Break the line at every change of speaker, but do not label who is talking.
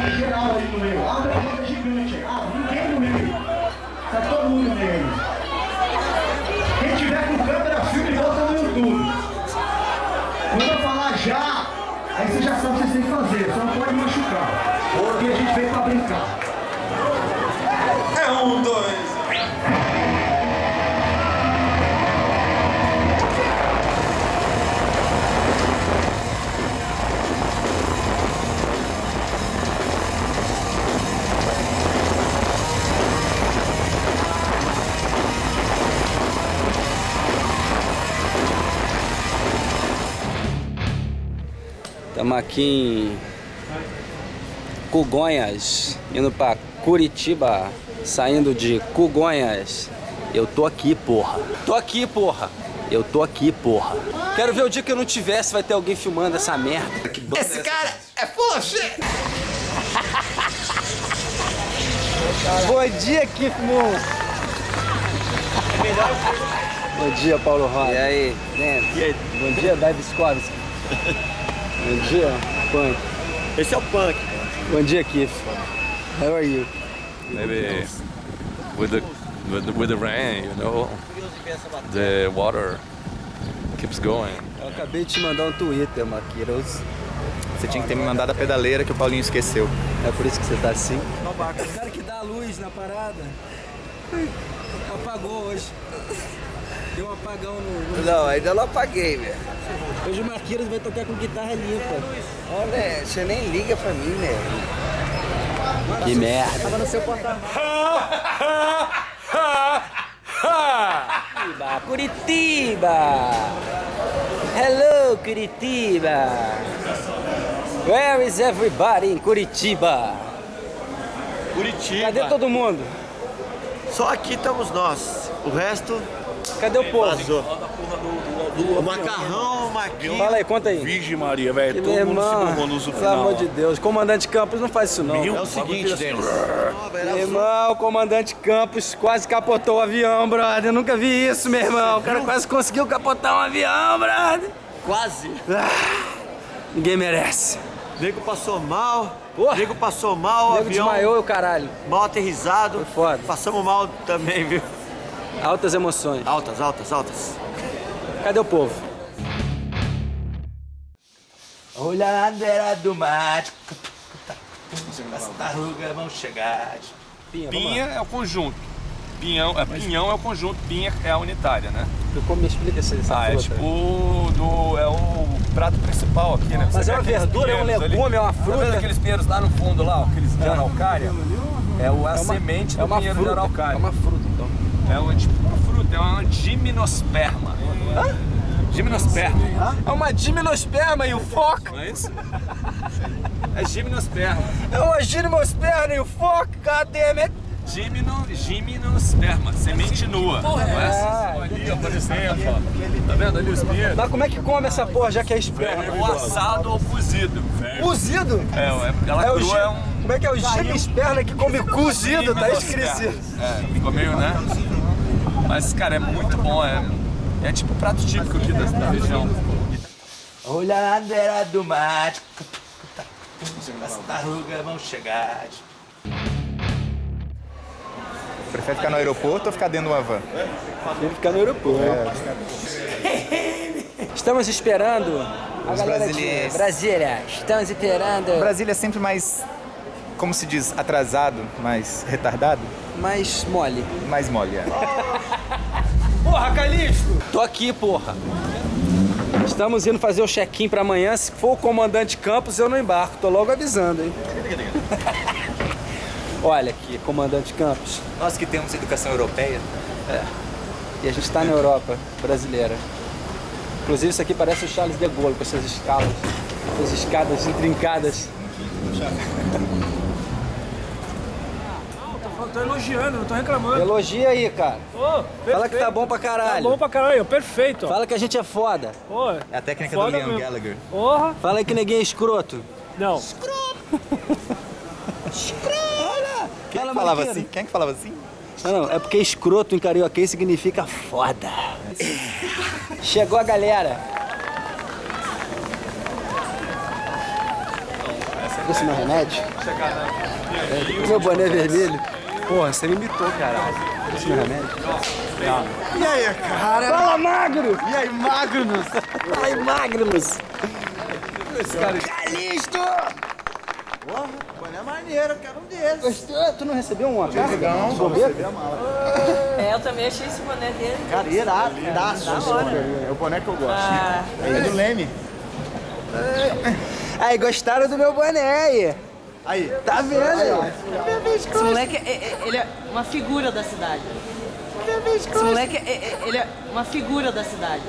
gente no meio. Abre a boca gigante. Abre, ninguém no meio. Tá todo mundo Tá no meio. Quem tiver com câmera, filme, volta no YouTube. Quando eu falar já, aí você já sabe o que vocês têm que fazer. Só não pode machucar. Porque a gente veio pra brincar.
É um, dois.
Estamos aqui em Cugonhas, indo para Curitiba, saindo de Cugonhas. Eu tô aqui, porra. Tô aqui, porra. Eu tô aqui, porra. Quero ver o dia que eu não tivesse, vai ter alguém filmando essa merda. Que banda é
Esse
essa?
cara é poxa!
Bom dia, Kif Moon. Bom dia, Paulo Rosa. E aí, dentro. Bom dia, Dave Skorski. Bom dia, Punk.
Esse é o punk.
Bom dia, Kif. How are you?
maybe with the with the, with the rain, you know, the water keeps going.
Eu acabei de te mandar um Twitter, Maquiros.
Você tinha que ter me mandado a pedaleira que o Paulinho esqueceu.
É por isso que você tá assim? O cara que dá a luz na parada apagou hoje. Deu um apagão no.
Não, ainda não apaguei, velho.
Hoje o Maquiros vai tocar com guitarra limpa.
Olha, você nem liga pra mim, né?
Que merda.
Tava no seu porta
Curitiba, Curitiba! Hello, Curitiba! Where is everybody in Curitiba?
Curitiba.
Cadê todo mundo?
Só aqui estamos nós. O resto
Cadê o povo?
vazou. O macarrão, o maquinho.
Fala aí, conta aí.
Virgem Maria, velho. Todo
Meu
mundo
irmão,
se burrou no final.
Pelo amor de Deus, comandante Campos não faz isso não.
Viu?
É o seguinte, Denis. Nova, era
Meu
azul.
irmão, o comandante Campos quase capotou o avião, brother. Eu nunca vi isso, meu irmão. O cara quase conseguiu capotar um avião, brother. Ah,
Quase.
Ninguém merece.
Nego passou mal.
Porra.
Nego passou mal,
O
o
nego
avião
desmaiou e o caralho.
mal aterrizado.
Foi foda.
Passamos mal também, viu?
Altas emoções.
Altas, altas, altas.
Cadê o povo?
Olha lá na beira do mar. As tartarugas vão chegar.
Pinha, vamos lá.
Pinha é o conjunto. Pinhão é, pinhão é o conjunto, pinha é a unitária, né?
Eu como me explica essa, essa
Ah, é
fruta.
tipo do, é o prato principal aqui, né?
Mas
Você
é
vê
uma
aqueles
verdura, é um
pinheiros ali.
legume, é uma
Tá vendo
fruta.
aqueles pinheiros lá no fundo, lá, ó, aqueles de araucária? É o, a
É uma-
semente
é
do
uma
pinheiro
fruta.
de araucária.
É uma fruta, então.
É uma, tipo uma fruta, é uma gimnosperma. Gimnosperma.
É uma gimnosperma e o foco.
Não é isso? É gimnosperma.
É uma gimnosperma e o foco, goddammit.
Gimno, gimnosperma, semente nua. Não é essa? Ali, ó, por exemplo, ó. Tá vendo ali os pinheiros?
Mas como é que come essa porra, já que é esperma?
Ou assado ou cozido.
Cozido.
É, é- ela
É o
crua
gi-
é um...
Como é que é o gimnosperma que come cozido? Tá esquecido.
É, ficou meio, né? Mas, cara, é muito bom, é... É tipo o prato típico aqui da, da região.
Olha lá na beira do mar. As tartarugas vão chegar.
Prefere ficar no aeroporto ou ficar dentro de uma van?
Tem que ficar no aeroporto. Estamos esperando a
É. Os
galera de
brasileiros.
Brasília. Estamos esperando.
Brasília é sempre mais, como se diz, atrasado, mais retardado,
Mais mole.
mais mole. é.
Porra, Calixto! Tô aqui, porra. Estamos indo fazer o check-in pra amanhã. Se for o comandante Campos, eu não embarco. Tô logo avisando, hein? Olha aqui, comandante Campos.
Nós que temos educação europeia.
E a gente tá na Europa brasileira. Inclusive, isso aqui parece o Charles de Gaulle com essas escalas, essas escadas intrincadas.
Tô elogiando, não tô reclamando.
Elogia aí, cara.
Ô,
Fala que
perfeito.
tá bom pra
Tá
caralho.
bom pra caralho, perfeito. ó.
Fala que a gente é foda.
Ô,
É a técnica
Foda
do Liam
mesmo.
Gallagher.
Porra,
Fala aí que ninguém é escroto.
não.
Quem
é
Fala,
que falava
Mariqueira.
assim? Quem que falava assim?
Não, não, é porque escroto em carioquês significa foda. Chegou a galera. fosse na Renete? Meu boné vermelho.
Porra, você me imitou, caralho.
Fosse na Renete?
E aí, cara?
Fala, magro!
E aí, Magnus?
Fala aí, Magnus!
Esse cara
Calixto!
Olha é maneiro, eu quero um desses.
Gostou? Tu não recebeu um? uma carta? Não,
É, eu também achei esse boné dele.
Cara, irado, irado.
Da hora.
é o boneco que eu gosto.
Ah,
É do Leme.
Aí, gostaram do meu boné aí?
Aí.
Tá vendo?
esse moleque, é, é- ele é uma é figura da cidade. Esse moleque, é, é- ele é uma figura da cidade.